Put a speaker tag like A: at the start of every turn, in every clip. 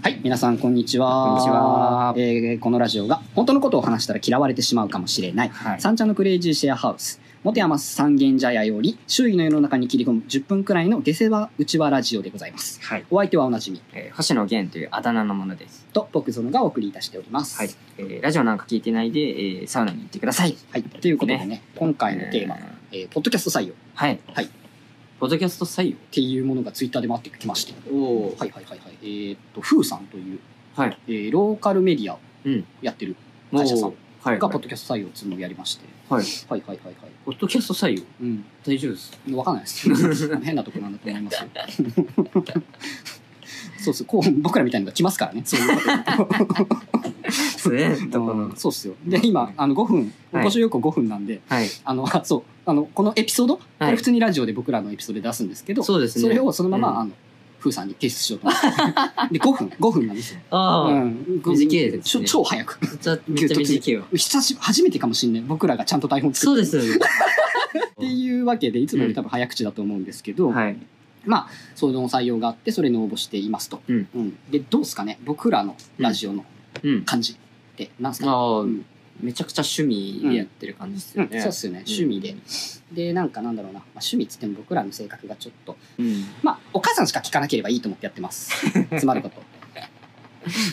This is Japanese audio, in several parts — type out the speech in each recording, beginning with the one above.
A: はい、皆さんこんにちは。
B: こんにちは
A: えーこのラジオが本当のことを話したら嫌われてしまうかもしれない。
B: はい。
A: 三茶のクレイジーシェアハウス。持て余す三軒茶屋より周囲の世の中に切り込む10分くらいの下世話うちわラジオでございます。
B: はい。
A: お相手はおなじみ
B: えー星野源というあだ名のものです。
A: と僕ゾノがお送りいたしております。
B: はい。えーラジオなんか聞いてないで、えーサウナに行ってください。
A: はい。ということでね、今回のテーマ、
B: えー
A: えーポッドキャスト採用っ
B: はい。
A: はい。
B: ポッドキャスト採
A: ていうものがツイッターで回ってきまして。
B: 用。お
A: はいはいはいはい。えーっと、フーさんという、
B: はい。
A: えーローカルメディアを
B: うん。
A: やってる会社さん
B: おー。はい。
A: がポッド
B: キ
A: キャスト採用っていうのをやりまして。
B: はい。
A: はいはいはいはい。
B: ポッドキャスト採用。
A: うん。
B: 大丈夫です。
A: わかんないで す。変なとこなんだと思いますよ。 そうそう、こう、僕らみたいなのが来ますからね。そういう
B: そうね。 どこ
A: う
B: の
A: ん。そうっすよ。で、今、あの、5分、
B: はい
A: ご所要項5分なんで、
B: はい。
A: あの、 あそう、あの、このエピソード、これ普通にラジオで僕らのエピソードで出すんですけど、
B: そうですね
A: それをそのまま、
B: うん
A: あの、ふーさんに提出しようと思 って。で、5分、5分なんですよ。
B: ああ、
A: ん
B: 短いですね
A: ちょ超早く。
B: めっちゃめっちゃ短いわ。
A: 久しぶり初めてかもしれない。僕らがちゃんと台本
B: そ
A: 作
B: う
A: って。
B: ですよね。
A: っていうわけで、いつもより多分早口だと思うんですけど、
B: はい。
A: まあ、その採用があって、それに応募していますと。
B: うん
A: で、どうですかね僕らのラジオの
B: うん。
A: 感じって、なんです
B: あ
A: か、
B: あ、
A: うん
B: めちゃくちゃ趣味でやってる感じです
A: う
B: よ
A: ん、
B: ね。
A: そうっすよね。趣味で。で、なんかなんだろうな。まあ、趣味っつっても僕らの性格がちょっと、
B: うん。
A: まあ、お母さんしか聞かなければいいと思ってやって ます。つまること。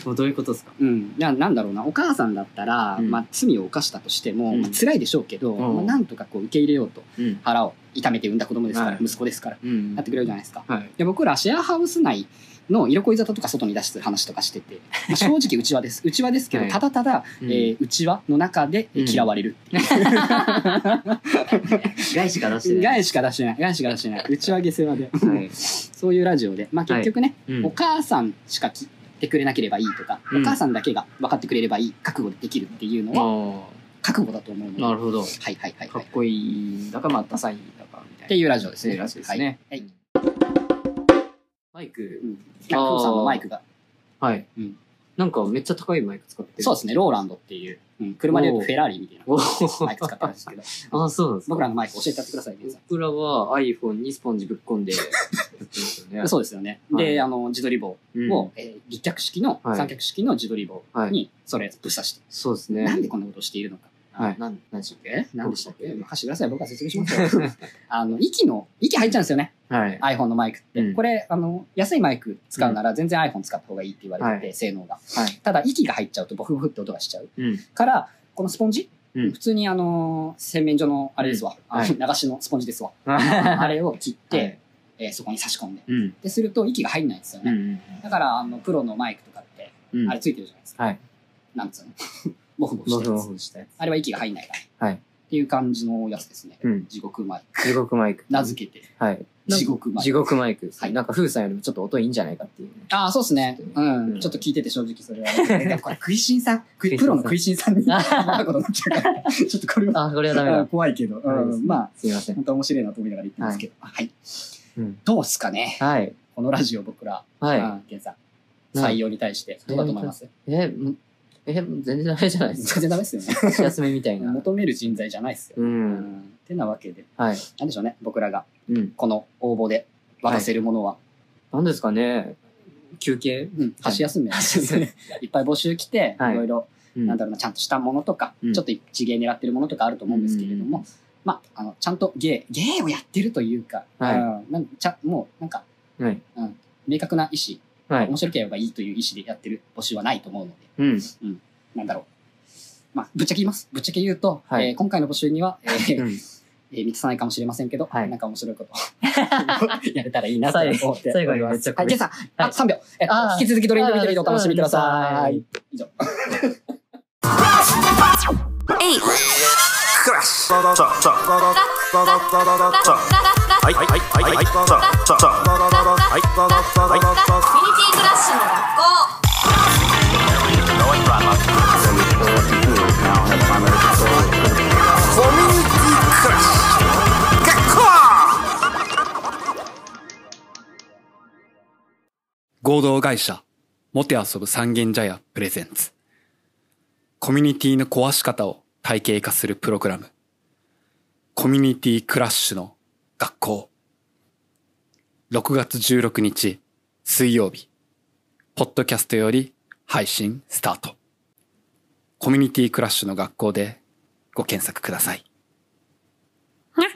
B: もうどういうことですか
A: うん。ななんだろうな。お母さんだったら、
B: うん
A: まあ、罪を犯したとしても、
B: うん
A: まあ、辛いでしょうけど、
B: うん
A: まあ、なんとかこう受け入れようと。
B: うん。
A: 腹を痛めて産んだ子供ですから、
B: はい
A: 息子ですから、
B: うん
A: なってくれるじゃないですか。
B: はい。
A: で僕らシェアハウス内の色恋沙汰とか外に出す話とかしてて、まあ、正直うちわ ですうちわですけど、
B: はい
A: ただただ、
B: うん
A: えーうちわの中でえー
B: うん
A: 嫌われる、
B: 外資か出してない。
A: 害しか出してない害しか出してないうちわ下世話で、
B: はい。
A: そういうラジオで、まあ、結局ね、
B: うん
A: お母さんしか聞いてくれなければいいとか、
B: うん
A: お母さんだけが分かってくれればいい覚悟でできるっていうのは
B: あ
A: 覚悟だと思うの
B: あ、
A: で、
B: な
A: はい
B: るほど。
A: はいはい
B: か
A: はい。
B: っこいい。だから、まあ、ダサい。だから、みたいな。
A: っていうラジオですね。
B: ラジオですね。
A: はい。はい。
B: マイク
A: う。ん。なんか、ふうさんのマイクが。
B: はい。
A: うん
B: なんか、めっちゃ高いマイク使ってる。
A: そうですね、ローランドっていう、うん、車で言うとフェラーリみたいな
B: お
A: マイク使ってるんですけど、
B: ああ、そうなんですか。
A: 僕らのマイク教えてやってください、皆さん。
B: 僕らは iPhone にスポンジぶっ込んで、やってますよ ね。
A: そうですよね。
B: はい
A: で、あの、自撮り棒を、
B: うん
A: えー立脚式の、
B: はい
A: 三脚式の自撮り棒
B: はい。
A: に、それぶっ刺して、
B: そうです
A: なん
B: ね。
A: でこんなことをしているのか。
B: はい
A: なん、なんでしたっけなんでしたっけ
B: 僕
A: 任せてください。僕は説明します よ。あの、息の、息入っちゃうんですよね。
B: はい。
A: iPhone のマイクって。
B: うん
A: これ、あの、安いマイク使うなら全然 iPhone 使った方がいいって言われてて、性能が。
B: はい。
A: ただ、息が入っちゃうとボフボフって音がしちゃう。
B: うん。
A: から、このスポンジ、
B: うん
A: 普通にあの、洗面所の、あれですわ。
B: うん
A: あの流しのスポンジですわ。あ
B: は
A: れを切って、
B: い。
A: えーそこに差し込んで。
B: うん。
A: で、すると息が入んないんですよね。
B: うん。
A: だから、あの、プロのマイクとかって、
B: うん。
A: あれついてるじゃないですか。
B: はい。
A: なんつうの ボフボフ
B: ノ
A: し
B: フ
A: てる
B: ノ
A: やつ。
B: フしたや
A: あれは息が入んないから。
B: はい
A: っていう感じのやつですね。
B: つ。うん。
A: 地獄マイク。
B: 地獄マイク。
A: 名付けて。
B: はい。
A: 地獄マイク
B: 地獄マイクですね。
A: はい
B: なんか、風さんよりもちょっと音いいんじゃないかっていう。
A: ああ、そうですね。うん、
B: うん
A: ちょっと聞いてて正直それは。 でもこれ、食いしんさん、食いプロの食いしんさ んに、
B: あ
A: こんなことになっちゃう から。ちょっとこれは、
B: あ、これはダメ
A: あー
B: だ。
A: 怖いけど、
B: ダメで
A: う
B: す
A: ん、まあ、
B: すみません。
A: 本当面白いなと思いながら言ってますけど。はい。
B: うん。
A: どうっすかね
B: はい。
A: このラジオ僕ら、
B: はい。
A: うんケンさん。採用に対して、どうだと思います
B: え、むえ、全然ダメじゃないで す
A: 全然ダメですよね。
B: か。休めみたいな。
A: 求める人材じゃないですよ。
B: う。
A: うんん。ってなわけで、
B: はい。
A: なんでしょうね、僕らが
B: うん。
A: この応募で渡せるものは、
B: なんですかね。休憩
A: うん、箸休め、
B: 箸休め
A: いっぱい募集来て、
B: はい
A: いろいろ、
B: な
A: なんだろうな、ちゃんとしたものとか、
B: うん
A: ちょっと一芸狙ってるものとかあると思うんですけれども、
B: うん
A: まあ、あの、ちゃんと芸、芸をやってるというか、
B: はい
A: うんなんちゃもう、なんか、
B: はい。
A: 明確な意思、
B: はい
A: 面。白ければいいという意思でやってる募集はないと思うので、
B: うん。
A: なんだろう。まあ、ぶっちゃけ言います。ぶっちゃけ言うと、
B: はい
A: えー今回の募集には、えー
B: うん
A: えー満たさないかもしれませんけど、
B: はい
A: なんか面白いこと やれたらいいなと思って
B: 最後
A: おりま
B: 最後にめっち
A: す。
B: ゃ
A: は
B: こ
A: い、
B: れ
A: ゲンさん、あ
B: はい
A: と3秒。えっと
B: あー
A: 引き続きドリンクビドリドリお楽しみくださ
B: あ
A: い
B: ー。
A: 以上。
C: ミニティク
D: はいはいはいはいはいはい
C: ラッシュの学校
D: コミュニティクラッシュ学校
E: 合同会社、モテ遊ぶ三軒茶屋プレゼンツ。コミュニティの壊し方を体系化するプログラム。コミュニティクラッシュの学校。
A: 6月16日水曜日、ポッドキャストより配信スタート。コミュニティクラッシュの学校でご検索ください。にゃっ